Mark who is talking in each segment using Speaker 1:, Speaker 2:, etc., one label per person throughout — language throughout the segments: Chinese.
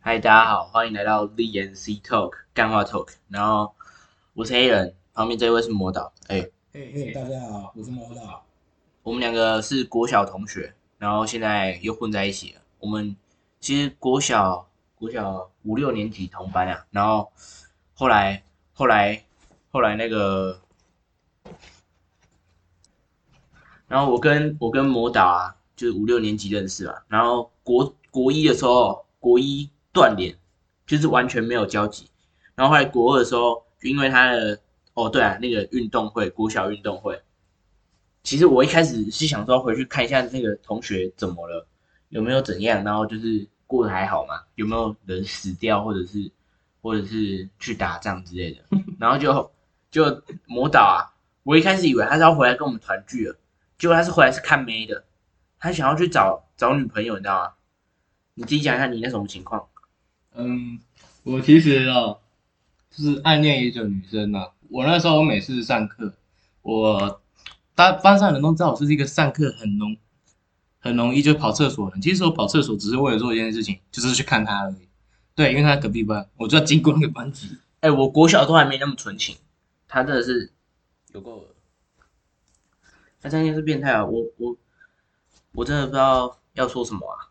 Speaker 1: 嗨，大家好，欢迎来到 DNC Talk 干话 Talk。然后我是黑人，旁边这位是魔导。哎、
Speaker 2: 嘿嘿，大家好，我是魔导。
Speaker 1: 我们两个是国小同学，然后现在又混在一起了。我们其实国小国小五六年级同班啊，然后后来后来后来那个，然后我跟我跟魔导啊，就是五六年级认识嘛，然后国国一的时候，国一断联，就是完全没有交集。然后后来国二的时候，因为他的哦对啊，那个运动会，国小运动会。其实我一开始是想说回去看一下那个同学怎么了，有没有怎样，然后就是过得还好吗？有没有人死掉，或者是或者是去打仗之类的。然后就就魔导啊，我一开始以为他是要回来跟我们团聚了，结果他是回来是看妹的，他想要去找找女朋友，你知道吗？你自己讲一下你那什么情况？
Speaker 3: 嗯，我其实哦，就是暗恋已久的女生呐、我那时候每次上课，我大班上人都知道我是一个上课很容很容易就跑厕所的人。其实我跑厕所只是为了做一件事情，就是去看她而已。对，因为她在隔壁班，我就要经过那个班级。
Speaker 1: 哎、我国小都还没那么纯情，他真的是有够恶。他真的是变态啊！我我我真的不知道要说什么啊。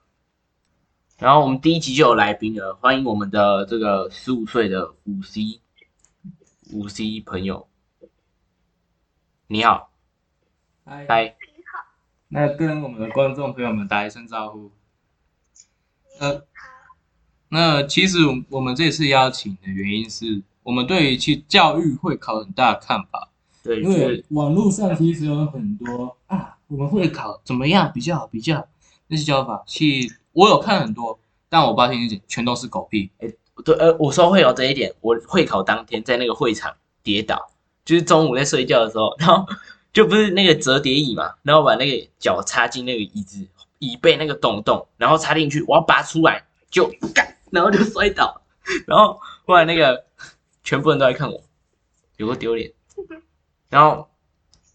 Speaker 1: 然后我们第一集就有来宾了，欢迎我们的这个十五岁的五 C 五 C 朋友。你好，
Speaker 3: 嗨
Speaker 1: 嗨，
Speaker 3: 那跟我们的观众朋友们打一声招呼。呃，那其实我我们这次邀请的原因是我们对于去教育会考很大的看法。
Speaker 1: 对，
Speaker 3: 因
Speaker 1: 就
Speaker 3: 为
Speaker 1: 是
Speaker 2: 网络上其实有很多，
Speaker 3: 啊，我们会考怎么样比较好比较好那些教法，其实我有看很多，但我发现一点全都是狗屁。
Speaker 1: 对，呃，我说会有这一点，我会考当天在那个会场跌倒，就是中午在睡觉的时候，然后就不是那个折叠椅嘛，然后把那个脚插进那个椅子椅背那个洞洞，然后插进去，我要拔出来就干，然后就摔倒，然后后来那个全部人都在看我，有个丢脸。然后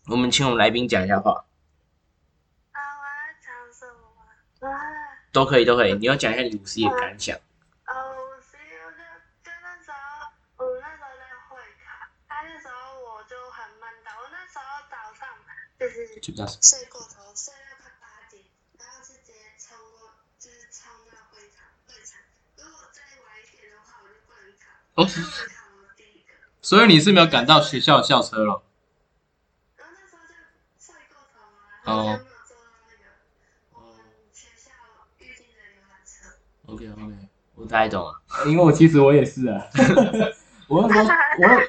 Speaker 1: 我们请我们来宾讲一下话，
Speaker 4: 啊，我要讲什么啊？哇，
Speaker 1: 都可以，都可以，你要讲一下你五十的感想。
Speaker 4: 哦，所以我就就那时候，我那时候在会考，啊，那时候我就很慢到，我那时候早上嘛，就是
Speaker 3: 就这样
Speaker 4: 睡过头，睡到快八点，然后就直接冲过，就是冲到会场，会场。如果再晚一点的话，我就不能考，
Speaker 3: 哦，
Speaker 4: 因为我考我第一个。
Speaker 3: 所以你是没有赶到学校的校车了？
Speaker 4: 然后那时候就睡过头啊，然后就没有坐到那个我们学校预定的游览车。
Speaker 3: OK OK，
Speaker 1: 我大概懂啊了，
Speaker 2: 因为我其实我也是啊， 我那时候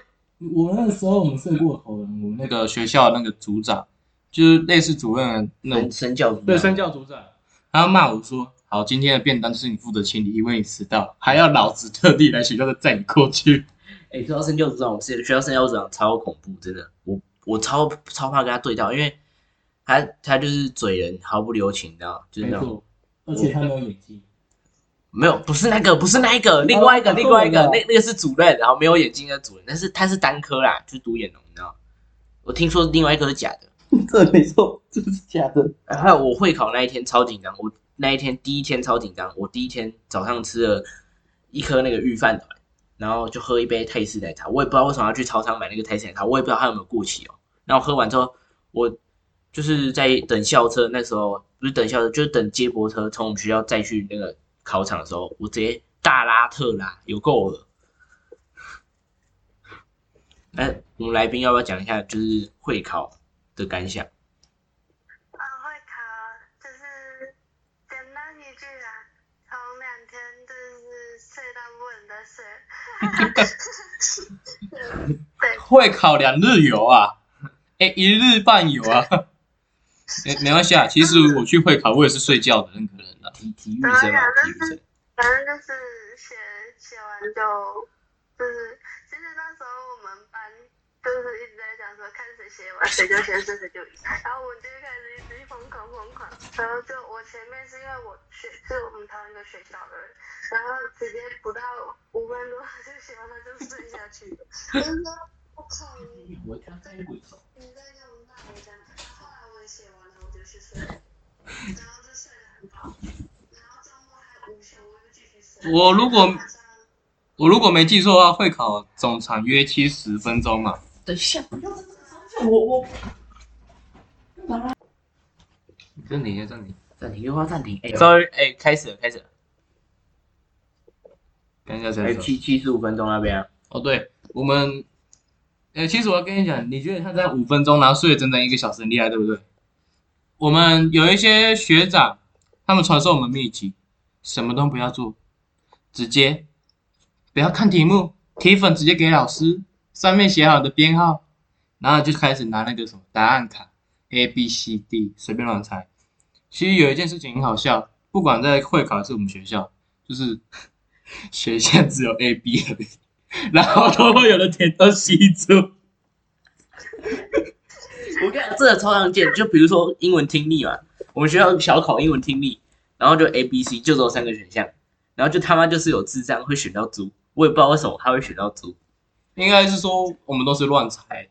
Speaker 2: 我我那时候我们睡过头了，我们那
Speaker 3: 那
Speaker 2: 个
Speaker 3: 个学校那个组长就是类似主任的那种
Speaker 1: 身身教
Speaker 3: 对，身教组长，他骂我说：“好，今天的便当是你负责清理，因为你迟到，还要老子特地来学校再载你过去。
Speaker 1: 哎、欸，说到生教组长，我们学校生教组长超恐怖，真的，我我超超怕跟他对到，因为他他就是嘴人，毫不留情，你知道吗？”就是
Speaker 2: 没
Speaker 1: 那种
Speaker 2: 错，而且他没有眼睛，
Speaker 1: 没有，不是那个，不是那一个，另外一个，
Speaker 2: 哦
Speaker 1: 另外一个
Speaker 2: 哦，
Speaker 1: 那那个是主任，然后没有眼睛的主任，但是他是单科啦，就是独眼龙，你知道吗？我听说另外一个是假的，
Speaker 3: 这没错，这是假的。
Speaker 1: 然后我会考那一天超紧张，我那一天第一天超紧张，我第一天早上吃了一颗那个御饭团，然后就喝一杯泰式奶茶，我也不知道为什么要去超商买那个泰式奶茶，我也不知道它有没有过期哦。然后喝完之后，我就是在等校车，那时候不是等校车，就是等接驳车从我们学校再去那个考场的时候，我直接大拉特拉，有够了。哎，我们来宾要不要讲一下就是会考的感想？
Speaker 4: 啊，会考就是简单一句啊，从两天就是睡到不能再睡。
Speaker 3: 会考两日游啊，哎，一日半游啊。 没没关系啊，其实我去会考，我也是睡觉的那个人啊。
Speaker 1: 体体育生嘛，体育生。
Speaker 4: 反正就是写写完就就是，其实那时候我们班就是一直在讲说，看谁写完谁就先睡，谁就赢。 然后我们就开始一直疯狂疯狂，然后就我前面是因为我学是我们同一个学校的人，然后直接不到五分钟他就写完了就睡下去了。 我就说我靠你
Speaker 1: 我刚才鬼头。
Speaker 4: 你在跟我们大我讲，后来我也写完了， 我就去睡了，然后就睡得很饱，然后周末还有午休，我就继续睡。
Speaker 3: 我如果我如果没记错的话，会考总长约七十分钟嘛。
Speaker 5: 等一下，不要在这个方向，我我
Speaker 3: 暂停一下，暂停，
Speaker 1: 暂停，又要暂停。哎，sorry，哎，开始了，开始了。
Speaker 3: 看一下
Speaker 1: 哎，
Speaker 3: 选手。
Speaker 1: 七七十五分钟那边啊，
Speaker 3: 哦，对，我们，呃，其实我要跟你讲，你觉得他在五分钟，然后睡了整整一个小时，很厉害，对不对？我们有一些学长，他们传授我们秘籍，什么都不要做，直接不要看题目，题粉直接给老师，上面写好的编号，然后就开始拿那个什么答案卡，A、B、C、D 随便乱猜。其实有一件事情很好笑，不管在会考还是我们学校，就是 学校只有 A、B 而已。然后都会有人填到西住。
Speaker 1: 我跟你讲，这个超常见。就比如说英文听力嘛，我们学校小考英文听力，然后就 A、B、C 就只有三个选项，然后就他妈就是有智障会选到猪，我也不知道为什么他会选到猪。
Speaker 3: 应该是说我们都是乱猜，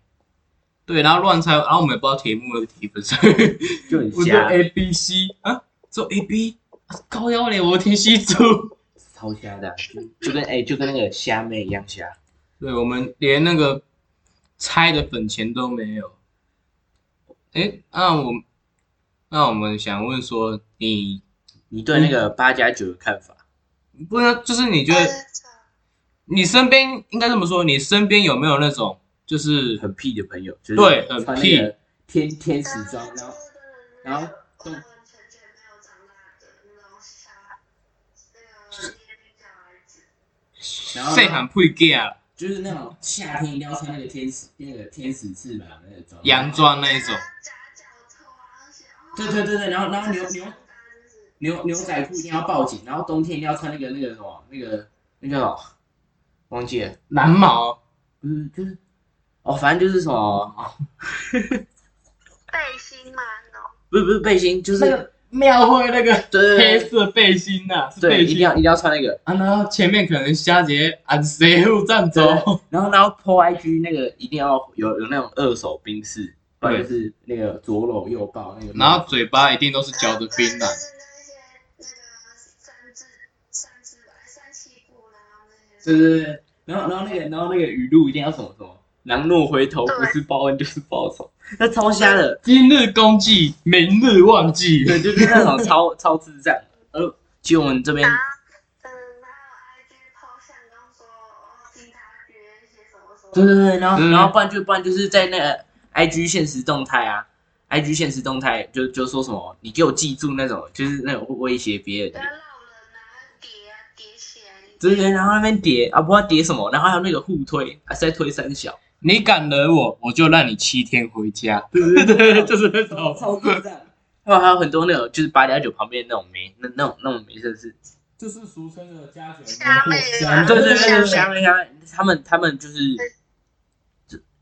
Speaker 3: 对，然后乱猜，然后我们也不知道题目的题分，所以
Speaker 1: 就很
Speaker 3: 我就哎
Speaker 1: 瞎
Speaker 3: A B C 啊，只有 A B，高 腰嘞，我填西住。
Speaker 1: 超瞎的啊，就就跟哎、就跟那个虾妹一样瞎。
Speaker 3: 对，我们连那个猜的本钱都没有。诶，那我那我们想问说，你
Speaker 1: 你对那个
Speaker 3: 嗯
Speaker 1: 八加九的看法？
Speaker 3: 不能就是你觉
Speaker 4: 呃
Speaker 3: 得你身边应该这么说，你身边有没有那种就是
Speaker 1: 很屁的朋友，就是
Speaker 3: 对很
Speaker 1: 穿那
Speaker 3: 屁
Speaker 1: 个天天使装，然后然后
Speaker 4: 完完全全没有长大的那种小孩，那个年龄小孩子，
Speaker 1: 然后
Speaker 3: 谁喊配 gay 啊？
Speaker 2: 就是那种夏天一定要穿那个天使那个天使翅膀那个装
Speaker 3: 洋装那一种。
Speaker 4: 夹脚拖啊，而且
Speaker 2: 对对对对，然后然后牛牛
Speaker 3: 哦
Speaker 2: 牛牛仔裤一定要报警，然后冬天一定要穿那个那个什么那个
Speaker 1: 那个哦忘记了，
Speaker 3: 蓝毛，
Speaker 1: 不是就是哦，反正就是什么，哦
Speaker 4: 背心嘛，喏，
Speaker 1: 不是不是背心，就是
Speaker 3: 那个庙会那个
Speaker 1: 对对
Speaker 3: 黑
Speaker 1: 对对
Speaker 3: 色背心呐、是
Speaker 1: 对，
Speaker 3: 背
Speaker 1: 一定
Speaker 3: 心
Speaker 1: 要一定要穿那个，
Speaker 3: 啊，然后前面可能瞎杰按谁路站
Speaker 1: 对
Speaker 3: 走，
Speaker 1: 然后然后 po IG 那个一定要有有那种二手冰室，不然就是那个左搂右抱那个，
Speaker 3: 然后嘴巴一定都是嚼着槟
Speaker 1: 啊
Speaker 3: 榔，
Speaker 4: 就是那些那个三字三字吧，三七股啦那些。
Speaker 1: 对
Speaker 4: 嗯
Speaker 1: 对对，然后然后那个然后那个语录一定要什么什么，狼若回头
Speaker 4: 对
Speaker 1: 不是报恩就是报仇，那超瞎的。
Speaker 3: 今日公祭，明日忘记。
Speaker 1: 对，就是那种超超智障。呃，其实我们这边
Speaker 3: 啊
Speaker 4: 然后，嗯，还有 IG 抛相刚说替他约一些什么什么。
Speaker 1: 对对对，然后、
Speaker 3: 嗯
Speaker 1: 然后不然就不然就是在那个 IG 现实动态啊，IG 现实动态就就说什么，你给我记住那种，就是那种威胁别人
Speaker 4: 不
Speaker 1: 的
Speaker 4: 要。让人啊叠啊叠起来。
Speaker 1: 对对，然后那边叠啊，不知道叠什么，然后还有那个互推，还、啊、是在推三小，
Speaker 3: 你敢惹我，我就让你七天回家。
Speaker 1: 对对
Speaker 3: 对，就是那种。
Speaker 1: 超智障。还有还有很多那种就是八加九旁边那种没那那种那种没绅士，
Speaker 2: 就是俗称的家酒
Speaker 4: 虾妹啊
Speaker 1: 嗯对对对
Speaker 4: 虾
Speaker 1: 对，
Speaker 4: 妹
Speaker 1: 虾妹虾妹，他们他们就是，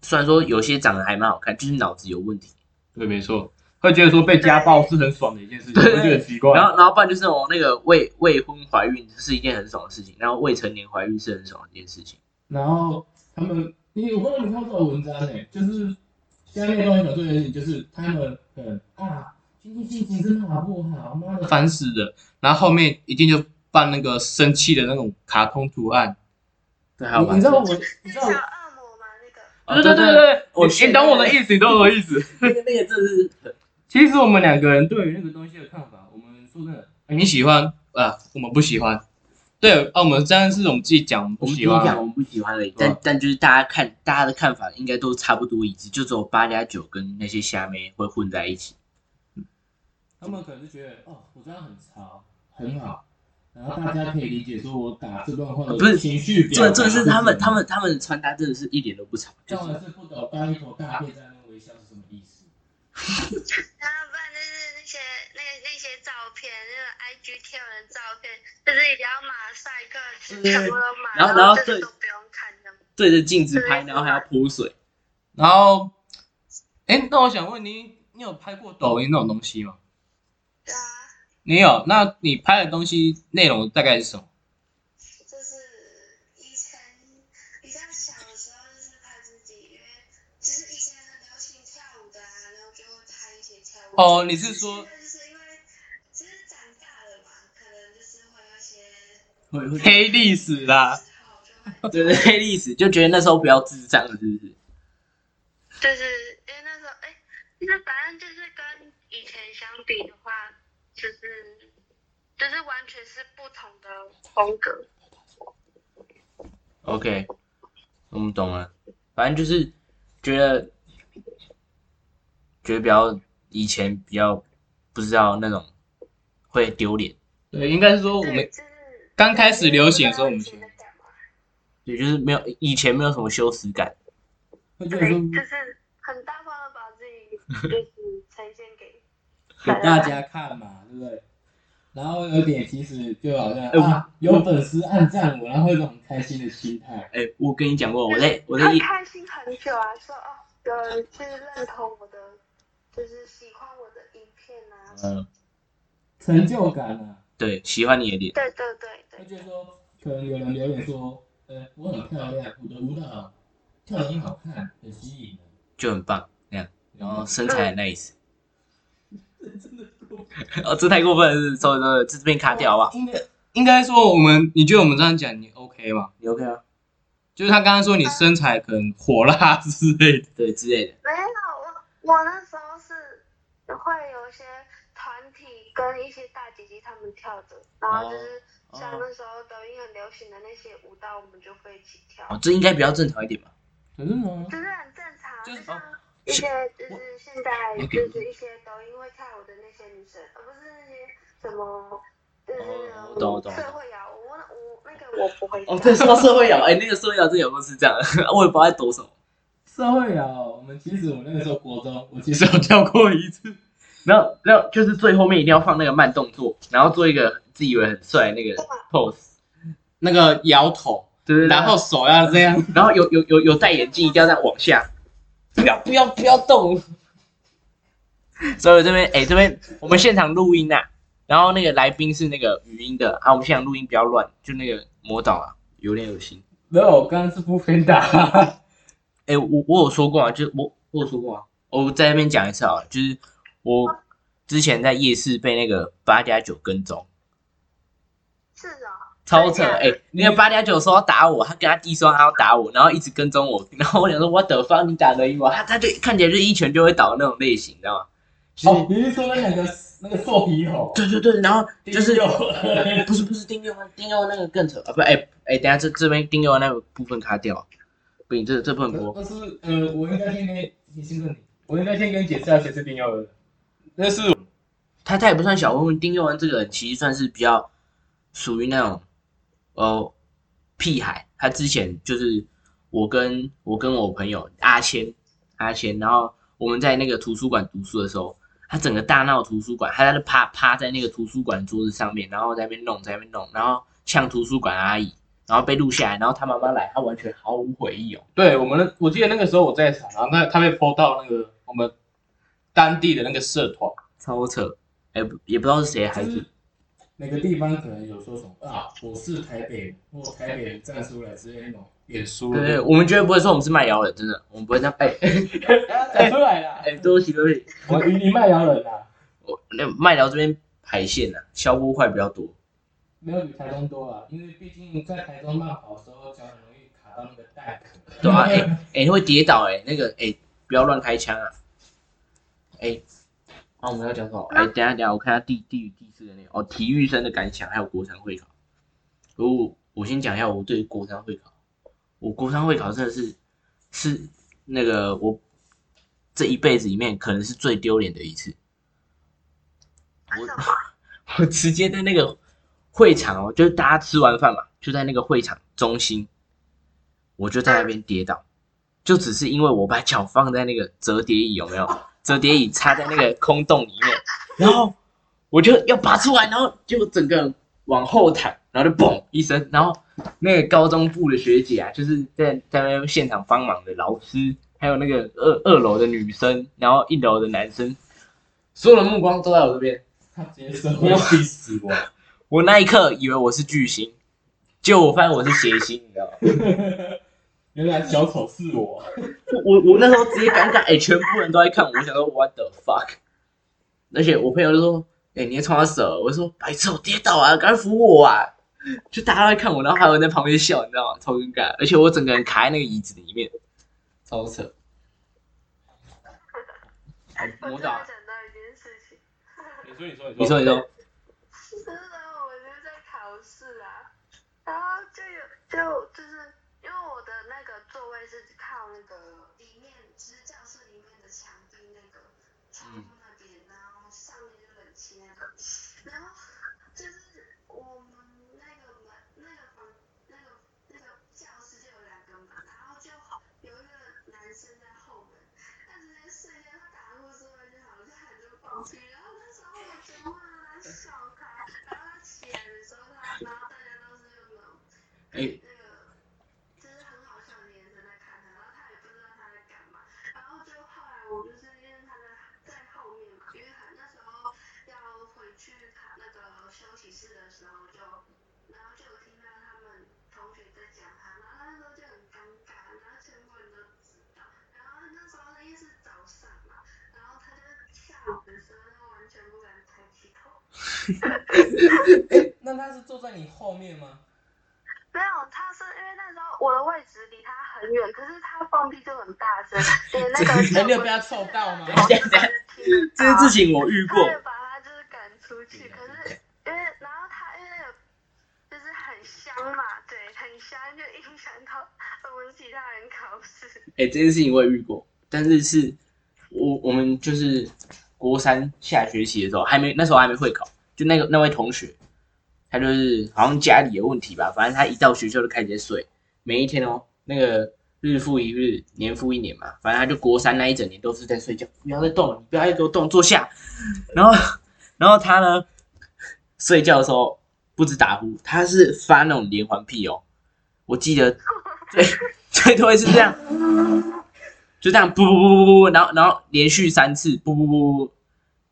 Speaker 1: 虽然说有些长得还蛮好看，就是脑子有问题。
Speaker 3: 对，没错，会觉得说被家暴是很爽的一件事情，
Speaker 1: 对
Speaker 3: 会觉得很奇怪。
Speaker 1: 然后，然后不然就是我那个未未婚怀孕是一件很爽的事情，然后未成年怀孕是很爽的一件事情。
Speaker 2: 然后他们，你我不知道你看过这种文章呢、就是呃下面都很有这个事情，就是他们很啊，今天心情真的好不好？妈的，
Speaker 3: 烦死了。然后后面一定就办那个生气的那种卡通图案。
Speaker 1: 对，还有
Speaker 2: 你
Speaker 1: 吧
Speaker 2: 呃你知道我，
Speaker 4: 就
Speaker 2: 你
Speaker 4: 是
Speaker 2: 知
Speaker 4: 小
Speaker 2: 道我
Speaker 4: 恶魔嘛，那个。
Speaker 1: 哦对对，
Speaker 3: 对，
Speaker 1: 我
Speaker 3: 你你懂我的意思，你懂我的意思。
Speaker 1: 那个那个真的是很
Speaker 3: 其实我们两个人对于那个东西的看法，我们说真的，你喜欢啊，我们不喜欢。对啊，我们这样是我们自己讲，我们
Speaker 1: 我
Speaker 3: 不
Speaker 1: 们自
Speaker 3: 喜
Speaker 1: 己讲
Speaker 3: 欢。
Speaker 1: 我们不喜欢而已，
Speaker 3: 对啊
Speaker 1: 但但就是大家看大家的看法应该都差不多一致，就只有八加九跟那些虾妹会混在一起。
Speaker 2: 他们可能是觉得哦，我这样很潮，很好，然后大家可以理解说我打这段话的
Speaker 1: 不是
Speaker 2: 情绪表
Speaker 1: 这
Speaker 2: 达
Speaker 1: 这
Speaker 2: 是
Speaker 1: 是他
Speaker 2: 什么
Speaker 1: 们他们他们的穿搭真的是一点都不潮，就
Speaker 2: 当
Speaker 1: 是
Speaker 2: 然是不懂当一口大便在那微笑是什么意思。
Speaker 4: 然后不然就是那些那那些照片，那个 IG 贴文的照片，就是一定要马赛克，全部都马，
Speaker 1: 然后然后
Speaker 4: 就是
Speaker 1: 对
Speaker 4: 都不用看的。
Speaker 1: 对着镜子拍，然后还要泼水。
Speaker 3: 然后，哎，那我想问你，你有拍过抖音那种东西吗？
Speaker 4: 对啊，
Speaker 3: 你有？那你拍的东西内容大概是什么？
Speaker 4: 就是以前比较小的时候就是拍自己，因为就是以前很流行跳舞的啊，然后就会拍一些跳舞。
Speaker 3: 哦，你是说
Speaker 4: 就是因为其实长大了嘛，可能就是会有一些
Speaker 1: 会会
Speaker 3: 黑历史
Speaker 1: 啊
Speaker 3: 啊啦，
Speaker 1: 对对黑历史，就觉得那时候不要智障，是不是？
Speaker 4: 就是因为那时候，哎、就是反正就是跟以前相比的话，就是就是完全是不同的风格。
Speaker 1: OK，我们懂了。反正就是觉得觉得比较以前比较不知道那种会丢脸，
Speaker 3: 对，应该是说我
Speaker 4: 对，
Speaker 3: 们
Speaker 4: 就是
Speaker 3: 刚开始流行的时候我们
Speaker 4: 不知道以前在干嘛
Speaker 1: 对，就是没有以前没有什么羞耻感。
Speaker 3: 会觉得说
Speaker 4: 对，就是很大方的把自 己就是呈现给
Speaker 2: 给大家看嘛，对不对？然后有点其实就好像、啊，有粉丝暗赞我，然后会有一种很开心的心态。
Speaker 1: 哎、我跟你讲过，我在我在
Speaker 4: 很
Speaker 1: 一
Speaker 4: 开心很久啊，说哦，有人去认同我的，就是喜欢我的影片啊。
Speaker 1: 嗯，
Speaker 2: 成就感啊，
Speaker 1: 对，喜欢你的脸，
Speaker 4: 对对对
Speaker 2: 会
Speaker 4: 对，
Speaker 2: 觉得说，可能有人留言说，呃，我很漂亮，我的舞蹈跳得很好看，很吸引人。
Speaker 1: 就很棒那样，然后身材很 nice。
Speaker 2: 真的
Speaker 1: 哦，这太过分了，是不是sorry sorry，这边卡掉好不好？
Speaker 3: 应该应该说我们，你觉得我们这样讲你 OK 吗？
Speaker 1: 你 OK 啊吗？
Speaker 3: 就是他刚刚说你身材可能火辣之类的，
Speaker 1: 对之类的。
Speaker 4: 没有我我那时候是会有一些团体跟一些大姐姐她们跳的，然后就是
Speaker 1: 哦
Speaker 4: 像那时候抖音很流行的那些舞蹈，我们就会一起跳，
Speaker 1: 哦，这应该比较正常一点吧？
Speaker 3: 可是呢，
Speaker 4: 就是很正常，
Speaker 3: 就
Speaker 4: 就是
Speaker 1: 哦
Speaker 4: 像。一些就是现在就是一些抖音会跳舞的那些女生，而不是那些什么就是那
Speaker 1: 哦我懂我懂
Speaker 4: 种社会摇，我我那个我不会跳。
Speaker 1: 哦，对，说到社会摇，哎、那个社会摇真的有没有是这样？ 我也不知道在抖什么。
Speaker 2: 社会啊，我们其实我那个时候国中，我其
Speaker 3: 你
Speaker 2: 实
Speaker 3: 只有 跳过一次，
Speaker 1: 没有，没有，就是最后面一定要放那个慢动作，然后做一个自以为很帅的那个 pose，
Speaker 3: 那个摇头，
Speaker 1: 对对对
Speaker 3: 然后手要这样，
Speaker 1: 然后有有有有戴眼镜，一定要这样往下，不要不要不要动。所以我这边哎、这边我们现场录音啊，然后那个来宾是那个语音的啊，我们现场录音比较乱，就那个魔导啊，有点恶心。
Speaker 2: 没有，我刚刚是不啊偏打，
Speaker 1: 哎、我我有说过啊，就是我我有说过啊，我在那边讲一次啊，就是我之前在夜市被那个八加九跟踪，
Speaker 4: 是啊，
Speaker 1: 超扯！哎、那个八加九说要打我，他跟他弟说他要打我，然后一直跟踪我， 然后我想说我的方你打得赢我，他他就看起来就是一拳就会倒的那种类型，你知道吗？就是、
Speaker 2: 哦，你是说那两个那个瘦皮猴？
Speaker 1: 对对对，然后就是
Speaker 2: 有，
Speaker 1: 不是不是丁六吗？丁六那个更扯啊！不，哎、哎、等一下这这边丁六那个部分卡掉，不行，这这部分播。
Speaker 2: 但是呃，我应该先跟你，你先问你，我应该先跟你解释一下谁是丁幼儿。
Speaker 3: 那是
Speaker 1: 他他也不算小混混，丁佑文这个人其实算是比较属于那种呃屁孩。他之前就是我跟我跟我朋友阿谦阿谦，然后我们在那个图书馆读书的时候，他整个大闹图书馆，他在那趴趴在那个图书馆桌子上面，然后在那边弄在那边弄，然后呛图书馆阿姨，然后被录下来，然后他妈妈来，他完全毫无悔意哦。
Speaker 3: 对我们，那，我记得那个时候我在场，然后那他被泼到那个我们当地的那个社团，
Speaker 1: 超扯，哎、不也不知道是谁的孩
Speaker 2: 就
Speaker 1: 子
Speaker 2: 是，每个地方可能有说什么啊，我是台北人，或台北人站出来之类的 那种
Speaker 3: 也输
Speaker 1: 对对，对我们绝对不会说我们是卖摇人，真的，我们不会这样。哎、
Speaker 2: 讲出来啦，
Speaker 1: 哎、对不起对不起，
Speaker 2: 我与你卖摇人啊啦，
Speaker 1: 我哦那麦寮这边海线啊，消波块比较多。
Speaker 2: 没有比台中多啊，因为毕竟在台中慢跑的时候，脚很容易卡到那个蛋壳。
Speaker 1: 对啊，哎、哎、会跌倒哎、那个哎、不要乱开枪啊！哎、啊，我们要讲什么？哎、等一下等一下，我看下第第第四个那个哦，体育生的感想，还有国三会考。我我先讲一下我对国三会考，我国三会考真的是是那个我这一辈子里面可能是最丢脸的一次。我
Speaker 4: 什么？
Speaker 1: 我 直接在那个会场哦，就是大家吃完饭嘛，就在那个会场中心，我就在那边跌倒，就只是因为我把脚放在那个折叠椅有没有？折叠椅插在那个空洞里面，然后我就要拔出来，然后就整个人往后躺，然后就嘣一声，然后那个高中部的学姐啊，就是在在那边现场帮忙的老师，还有那个二二楼的女生，然后一楼的男生，所有的目光都在我这边。
Speaker 2: 他直接社会性死亡。
Speaker 1: 我那一刻以为我是巨星，结果我发现我是谐星，你知道吗？
Speaker 2: 原来小丑是我，
Speaker 1: 我我那时候直接尴尬，哎、全部人都在看我，我想说 what the fuck，而且我朋友就说，哎、你在冲他手，我说白痴，我跌倒啊，赶快扶我啊，就大家都在看我，然后还有人在旁边笑，你知道吗？超尴尬，而且我整个人卡在那个椅子里面，超扯。
Speaker 4: 我
Speaker 1: 魔
Speaker 4: 突然
Speaker 1: 导，
Speaker 4: 想到一件事情，
Speaker 2: 你说你说
Speaker 1: 你说你说，
Speaker 4: 就是呢，我就在考试啊，然后就有就就是因为我的那个座位是靠那个里面，就是教室里面的墙壁那个窗户那边，然后上面就冷气那个，然后就是我们那个门那个房那个那个教室就有两个门，然后就有一个男生在后门。他直接睡觉，他打呼之后就好像喊着放屁，然后那时候我就忘了他笑开，然后他起来的时候他，然后大家都是那种
Speaker 1: 哎、
Speaker 4: 那个就是很好笑的眼神在看他，然后他也不知道他在干嘛，然后就后来我就是因为他在在后面嘛，因为他那时候要回去他那个休息室的时候就，然后就有听到他们同学在讲他，然后他那时候就很尴尬，然后全部人都知道，然后那时候因为是早上嘛，然后他就下午的时候他完全不敢抬起头。
Speaker 3: 那他是坐在你后面吗？
Speaker 4: 没有，他是因为那时候我的位置离他很远，可是他放屁就很大声，连那个
Speaker 3: 哎你有被他臭到 吗
Speaker 4: 我就是听
Speaker 1: 这件事情我遇
Speaker 4: 他
Speaker 1: 过，
Speaker 4: 就把他就是赶出去，可是因为然后他因为那个就是很香嘛，对，很香就影响到我们其他人考试。
Speaker 1: 哎、这件事情我也遇过，但是是我我们就是国三下学期的时候，还没那时候还没会考，就那个那位同学，他就是好像家里有问题吧，反正他一到学校就开始在睡，每一天哦，那个日复一日，年复一年嘛，反正他就国三那一整年都是在睡觉，不要再动了，你不要再给我动，坐下。然后然后他呢，睡觉的时候不止打呼，他是发那种连环屁哦，我记 得最最多一次这样。就这样，不不不不不，然后然后连续三次，不不不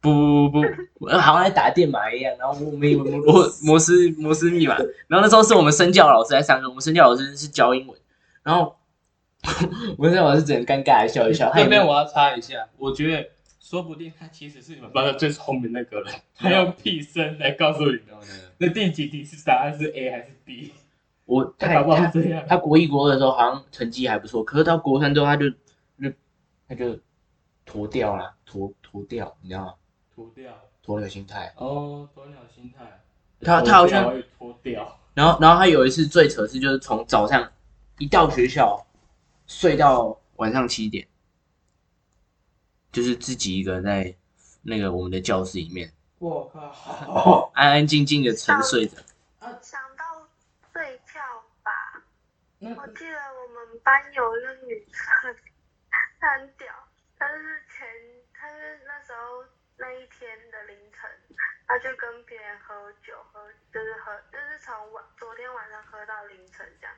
Speaker 1: 不不不不，好像在打电码一样。然后我们以为摩摩 摩斯摩斯密码，然后那时候是我们身教老师在上课，我们身教老师是教英文，然后 我们身教老师只能尴尬的笑一笑，他也
Speaker 3: 这
Speaker 1: 没
Speaker 3: 边
Speaker 1: 有
Speaker 3: 我要插一下，我觉得说不定他其实是你们班的最聪明那个人，他用屁声来告诉你
Speaker 1: 嗯
Speaker 3: 那第几题是答案是 A 还是 B，
Speaker 1: 我
Speaker 3: 他搞不好
Speaker 1: 他
Speaker 3: 是这样。
Speaker 1: 他国一国二的时候好像成绩还不错，可是到国三之后他就就他就脱掉了，脱脱掉，你知道吗？
Speaker 3: 脱掉
Speaker 1: 鸵鸟心态，
Speaker 3: 哦，鸵鸟心态，
Speaker 1: 他他好像
Speaker 3: 脱掉脱掉，
Speaker 1: 然后，然后他有一次最扯是，就是从早上一到学校睡到晚上七点，就是自己一个人在那个我们的教室里面
Speaker 5: 我靠！
Speaker 1: 安安静静的沉睡着。
Speaker 4: 想到睡觉吧，
Speaker 5: 那
Speaker 4: 我记得我们班有一个女生，她很屌，她就是前，她是那时候那一天的凌晨，她就跟别人喝酒，喝就是喝，就是从晚昨天晚上喝到凌晨这样。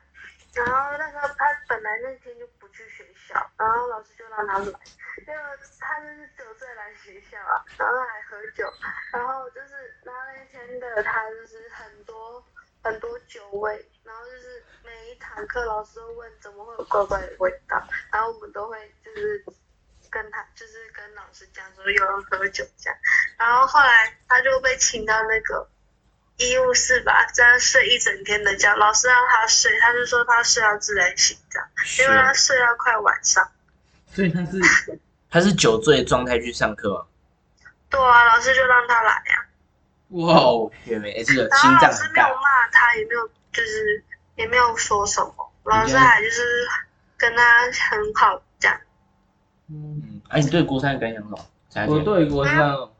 Speaker 4: 然后那时候她本来那天就不去学校，然后老师就让她来，因为她就是酒醉来学校啊，然后还喝酒，然后就是，然后那天的他就是很多很多酒味，然后就是每一堂课老师都问怎么会有怪怪的味道，然后我们都会就是跟他就是跟老师讲说有人喝酒这样，然后后来他就被请到那个医务室吧，这样睡一整天的觉，老师让他睡，他就说他睡到自然醒这样，因为他睡到快晚上。
Speaker 3: 所以他是
Speaker 1: 他是酒醉的状态去上课、哦，
Speaker 4: 对啊，老师就让他来呀、
Speaker 1: 哇哦，学妹，哎，这个
Speaker 4: 然
Speaker 1: 心
Speaker 4: 后
Speaker 1: 脏
Speaker 4: 老
Speaker 1: 很
Speaker 4: 师没
Speaker 1: 大
Speaker 4: 有。骂他，也没有就是也没有说什么，老师还就是跟他很好讲。
Speaker 1: 嗯，哎、你对国三的感想是什么？才
Speaker 3: 我对于国三哦，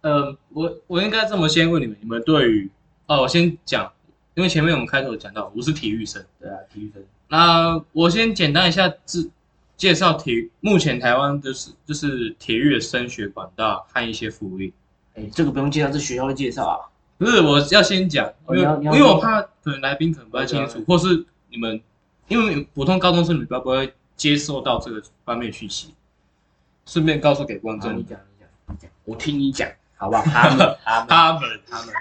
Speaker 3: 呃，我我应该这么先问你们，你们对于哦，我先讲，因为前面我们开头有讲到我是体育生，
Speaker 2: 对啊，体育生，
Speaker 3: 那我先简单一下自介绍体，目前台湾就是就是体育的升学管道和一些福利。
Speaker 1: 哎、这个不用介绍，这学校会介绍啊。
Speaker 3: 不是，我要先讲，因
Speaker 1: 哦
Speaker 3: 为
Speaker 1: 你要你要
Speaker 3: 因为我怕可能来宾可能不太清
Speaker 1: 对
Speaker 3: 楚，或是你们因为普通高中生你们不不会接受到这个方面的讯息。顺便告诉给观
Speaker 1: 好你
Speaker 3: 众，
Speaker 1: 讲，你讲，你讲，我听你讲，好 不好？他们，他们，
Speaker 3: 他们
Speaker 1: 他们，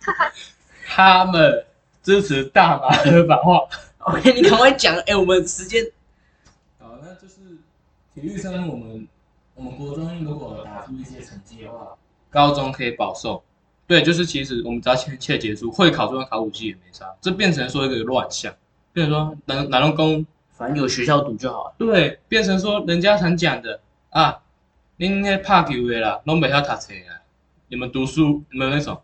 Speaker 1: 他们。
Speaker 3: 他们支持大麻合法化。
Speaker 1: OK，你赶快讲，哎、我们时间
Speaker 2: 好，那就是体育生，我们我们国中如果打出一些成绩的话，
Speaker 3: 高中可以保送，对，就是其实我们只要切切结束，会考就算考五级也没差，这变成说一个乱象，变成说南南龙宫
Speaker 1: 反正有学校读就好了。
Speaker 3: 对，变成说人家常讲的啊，恁那拍球的啦，拢袂晓读册啦，你们读书，你们那种，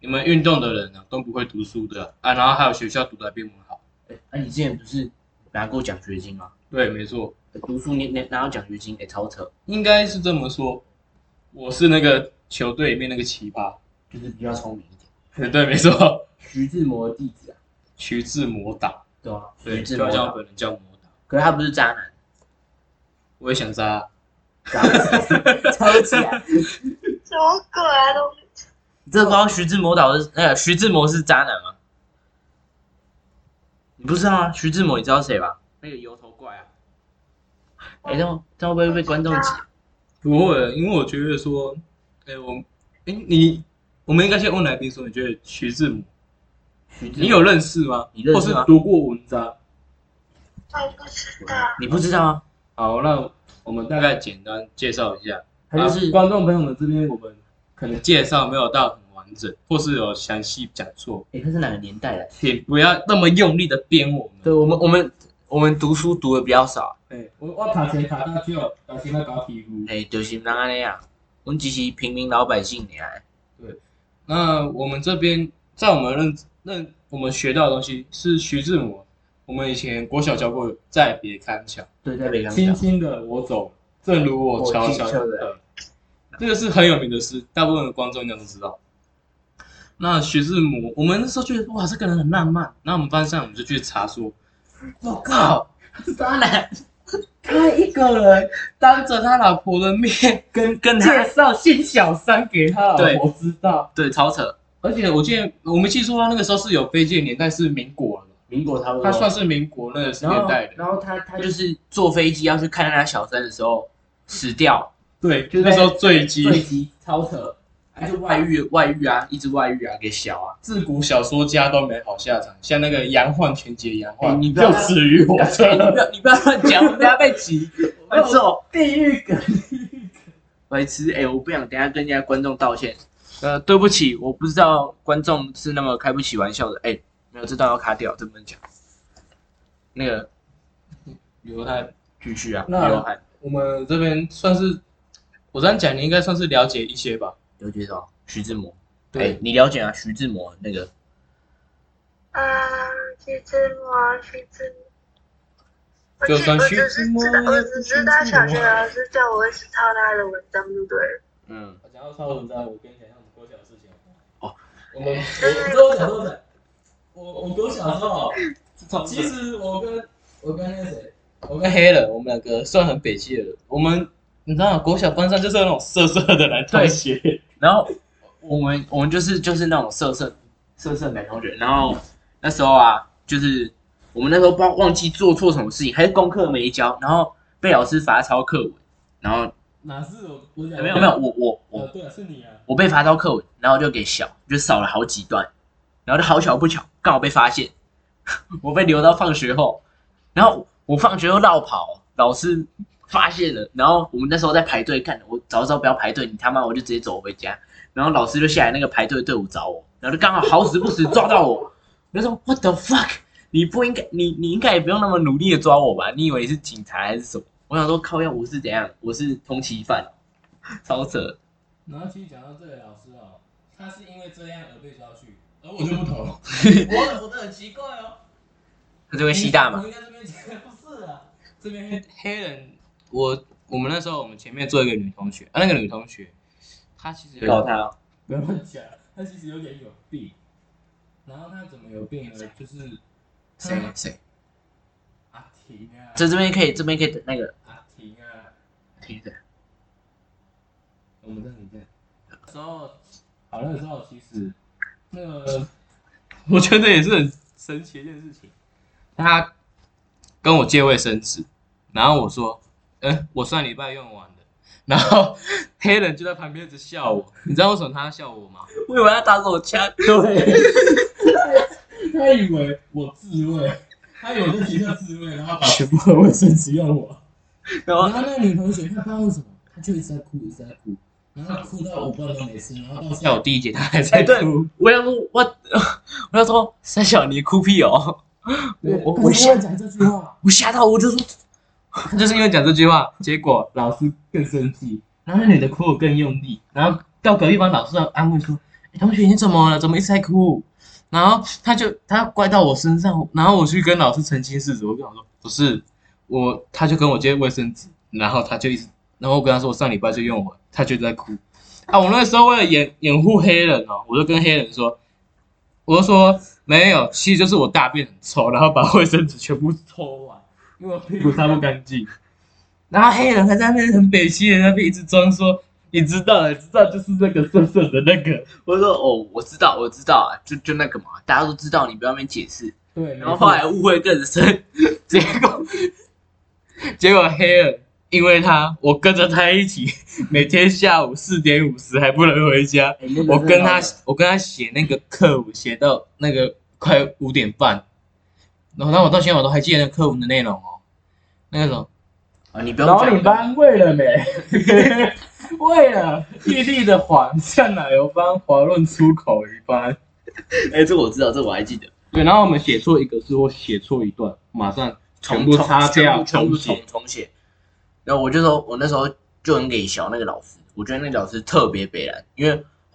Speaker 3: 你们运动的人呢、啊，都不会读书的啊，啊然后还有学校读的比我们好，
Speaker 1: 哎、那、你之前不是拿过奖学金吗？
Speaker 3: 对，没错，
Speaker 1: 哎读书你你拿到奖学金，哎、超扯，
Speaker 3: 应该是这么说，我是那个球队里面那个奇葩，
Speaker 1: 就是比较聪明一点。
Speaker 3: 对，没错，
Speaker 1: 徐志摩的弟子啊，
Speaker 3: 徐志摩打，
Speaker 1: 对吧、啊？
Speaker 3: 对，
Speaker 1: 徐志
Speaker 3: 就
Speaker 1: 摩
Speaker 3: 好像我
Speaker 1: 打，
Speaker 3: 本人叫摩打，
Speaker 1: 可是他不是渣男，
Speaker 3: 我也想杀啊，
Speaker 1: 渣男 超级啊！
Speaker 4: 什么鬼啊都？
Speaker 1: 你这不知道徐志摩导是那个徐志摩是渣男吗？你不知道吗？徐志摩你知道谁吧？
Speaker 3: 那个油头怪啊。
Speaker 1: 哎、这样这样会不会被观众挤？
Speaker 3: 不会，因为我觉得说，哎、我，哎、你，我们应该先问来宾说，你觉得徐志摩，
Speaker 1: 徐志摩
Speaker 3: 你有认识吗？
Speaker 1: 你认识
Speaker 3: 或
Speaker 1: 吗
Speaker 3: 是读过文章？
Speaker 4: 我不知道，
Speaker 1: 你不知道吗？啊
Speaker 3: 好，那我们大概简单介绍一下。
Speaker 1: 他就是
Speaker 3: 啊、观众朋友们这边，我们可能介绍没有到很完整，或是有详细讲错，
Speaker 1: 哎、他是哪个年代的？
Speaker 3: 请不要那么用力的编我们。
Speaker 1: 对我们我们我们读书读的比较少，
Speaker 2: 哎，我我卡钱卡到就，小心要搞皮肤。
Speaker 1: 哎、就是那安尼啊，我们只是平民老百姓尔。
Speaker 3: 那我们这边在我们认认我们学到的东西是徐志摩，我们以前国小教过《再别康桥》。
Speaker 1: 对，在北港
Speaker 2: 轻
Speaker 1: 讲，
Speaker 2: 轻的我走，
Speaker 3: 正如我
Speaker 1: 我
Speaker 3: 悄
Speaker 1: 记
Speaker 3: 悄
Speaker 1: 错
Speaker 3: 的
Speaker 1: 了，
Speaker 3: 这个是很有名的诗，大部分的观众应该都知道。那徐志摩，我们那时候觉得哇，这个人很浪漫。那我们班上我们就去查说，我靠，
Speaker 1: 渣男
Speaker 3: 他一个人当着他老 婆的面
Speaker 1: 跟跟
Speaker 3: 介
Speaker 1: 他
Speaker 3: 绍性小三给他老
Speaker 1: 对
Speaker 3: 婆知道，
Speaker 1: 对超扯，
Speaker 3: 而且我记得我没记错，他那个时候是有飞机的年代是民国了，
Speaker 1: 民国差不多。
Speaker 3: 他算是民国那个
Speaker 1: 哦然
Speaker 3: 年
Speaker 1: 后
Speaker 3: 代的，
Speaker 1: 然后他他就是坐飞机要去看他小三的时候死掉，
Speaker 3: 对，
Speaker 1: 就是
Speaker 3: 那时候坠机，
Speaker 1: 坠机超扯，他就外遇外遇啊，一直外遇啊，给小啊，
Speaker 3: 自古小说家都没好下场，像那个杨焕全杰杨
Speaker 1: 哎
Speaker 3: 焕，
Speaker 1: 你不要
Speaker 3: 就死于火车。
Speaker 1: 你 不要你不要乱讲，我们等下被 挤，白痴哦，
Speaker 2: 地狱梗。
Speaker 1: 白痴，哎、我不想等下跟人家观众道歉，呃，对不起，我不知道观众是那么开不起玩笑的，哎、没有，这段要卡掉，这不能讲。那个
Speaker 3: 犹太，
Speaker 1: 继续啊，
Speaker 3: 那
Speaker 1: 刘涵
Speaker 3: 我们这边算是，我这样讲你应该算是了解一些吧？
Speaker 1: 刘介绍徐志摩，哎、
Speaker 3: 对
Speaker 1: 你了解啊？徐志摩那个
Speaker 4: 嗯，徐志摩，徐志摩。我
Speaker 3: 就
Speaker 4: 只
Speaker 3: 算
Speaker 4: 我
Speaker 3: 徐
Speaker 4: 只
Speaker 3: 志
Speaker 4: 是
Speaker 3: 摩
Speaker 4: 知道，我
Speaker 3: 也
Speaker 4: 只
Speaker 3: 不
Speaker 4: 知
Speaker 3: 是
Speaker 4: 道
Speaker 3: 志
Speaker 4: 小学
Speaker 3: 摩
Speaker 4: 老师叫我去抄他的文章，就对了。
Speaker 1: 嗯，
Speaker 2: 讲到抄文章，我跟你讲一下我们国小的事情。
Speaker 1: 哦，
Speaker 2: 我们我这我讲多讲，我我国小的时候，其实我跟我跟那个谁，
Speaker 3: 我跟黑人，我们两个算很北气的人。我们你知道，国小班上就是有那种色色的男同学，
Speaker 1: 然后我们我们就是就是那种色色色色男同学，然后那时候啊，就是我们那时候不知道忘记做错什么事情，还是功课没交，然后被老师罚抄课文，然后
Speaker 2: 哪是我我讲
Speaker 1: 哎没有没有，我我我
Speaker 2: 呃对啊是你啊，
Speaker 1: 我被罚抄课文，然后就给小就少了好几段，然后就好巧不巧刚好被发现， 我被留到放学后，然后我放学后绕跑，老师发现了，然后我们那时候在排队看，我早知道不要排队，你他妈我就直接走回家，然后老师就下来那个排队队伍找我，然后就刚好好死不死抓到我，我就说 What the fuck，你不应该你你应该也不用那么努力的抓我吧，你以为你是警察还是什么？我想说靠要我是怎样，我是通缉犯，超扯。
Speaker 2: 然后其实讲到这里，老师哦，他是因为这样而被抓去，而我就不 同，我我的很奇怪哦，
Speaker 1: 他就会吸大
Speaker 2: 我
Speaker 1: 嘛。
Speaker 2: 应该这边讲不是啊，这边
Speaker 3: 黑人，我我们那时候我们前面坐一个女同学，啊，那个女同学，她其实有
Speaker 1: 搞他、哦，
Speaker 2: 不要乱讲，他其实有点有病。然后他怎么有病呢？就是
Speaker 1: 谁谁？
Speaker 2: 嗯阿婷啊，
Speaker 1: 这这边可以，这边可以等那个
Speaker 2: 阿婷啊，
Speaker 1: 听着，
Speaker 2: 我们在里面。那时候，好那时候其实那个
Speaker 3: 我觉得也是很神奇的一件事情。他跟我借卫生纸，然后我说：“嗯，我上礼拜用完了。” 然后黑人就在旁边一直笑我，你知道为什么他笑我吗？
Speaker 1: 我以为他打手枪，
Speaker 2: 对，他以为我自慰，他以为我在学校自慰，然后把全部的卫生纸用我。
Speaker 1: 然
Speaker 2: 然
Speaker 1: 后
Speaker 2: 后那个女同学她不知道为什么，她就一直在哭，一直在哭。然后哭到我不知道没事，然后到
Speaker 3: 下午第一节他还在
Speaker 1: 哎对
Speaker 3: 哭，我想说，我我要说三小你哭屁哦，我我我吓
Speaker 2: 想讲这句话，
Speaker 3: 我吓到我就说，他 就是因为讲这句话，结果老师更生气，然后那女的哭得更用力，然后到隔壁班老师要安慰说，哎同学你怎么了？怎么一直在哭？然后他就他怪到我身上，然后我去跟老师澄清事实，我跟他说不是我，他就跟我借卫生纸，然后他就一直，然后我跟他说我上礼拜就用完，他就在哭。啊，我那时候为了掩掩护黑人哦，我就跟黑人说，我就说没有，其实就是我大便很臭，然后把卫生纸全部抽完，因为我屁股擦不干净。然后黑人还在那边很北西的那边一直装说，你知道的，知道就是那个色色的那个。
Speaker 1: 我就说哦，我知道，我知道，啊，就就那个嘛，大家都知道，你不要那边解释。
Speaker 2: 对，
Speaker 1: 然后后来误会更深，
Speaker 3: 结果，结果黑人因为他，我跟着他一起， 每天下午四点五十还不能回家。
Speaker 2: 哎那个
Speaker 3: 我跟
Speaker 2: 真的
Speaker 3: 他
Speaker 2: 好笑，
Speaker 3: 我跟他写那个课文，写到那个快五点半，然后然后我到现在我都还记得那个课文的内容哦，那种
Speaker 1: 啊，你不要
Speaker 3: 老
Speaker 1: 讲
Speaker 3: 领班为了美， 为了玉帝的谎向奶油班滑润出口一般。
Speaker 1: 哎、这我知道，这我还记得。
Speaker 3: 对，然后我们写错一个字或写错一段，马上全部擦掉
Speaker 1: 重全部
Speaker 3: 重
Speaker 1: 重
Speaker 3: 写。
Speaker 1: 重写。然后我就说，我那时候就很给小那个老师，我觉得那个老师特别北蓝，因为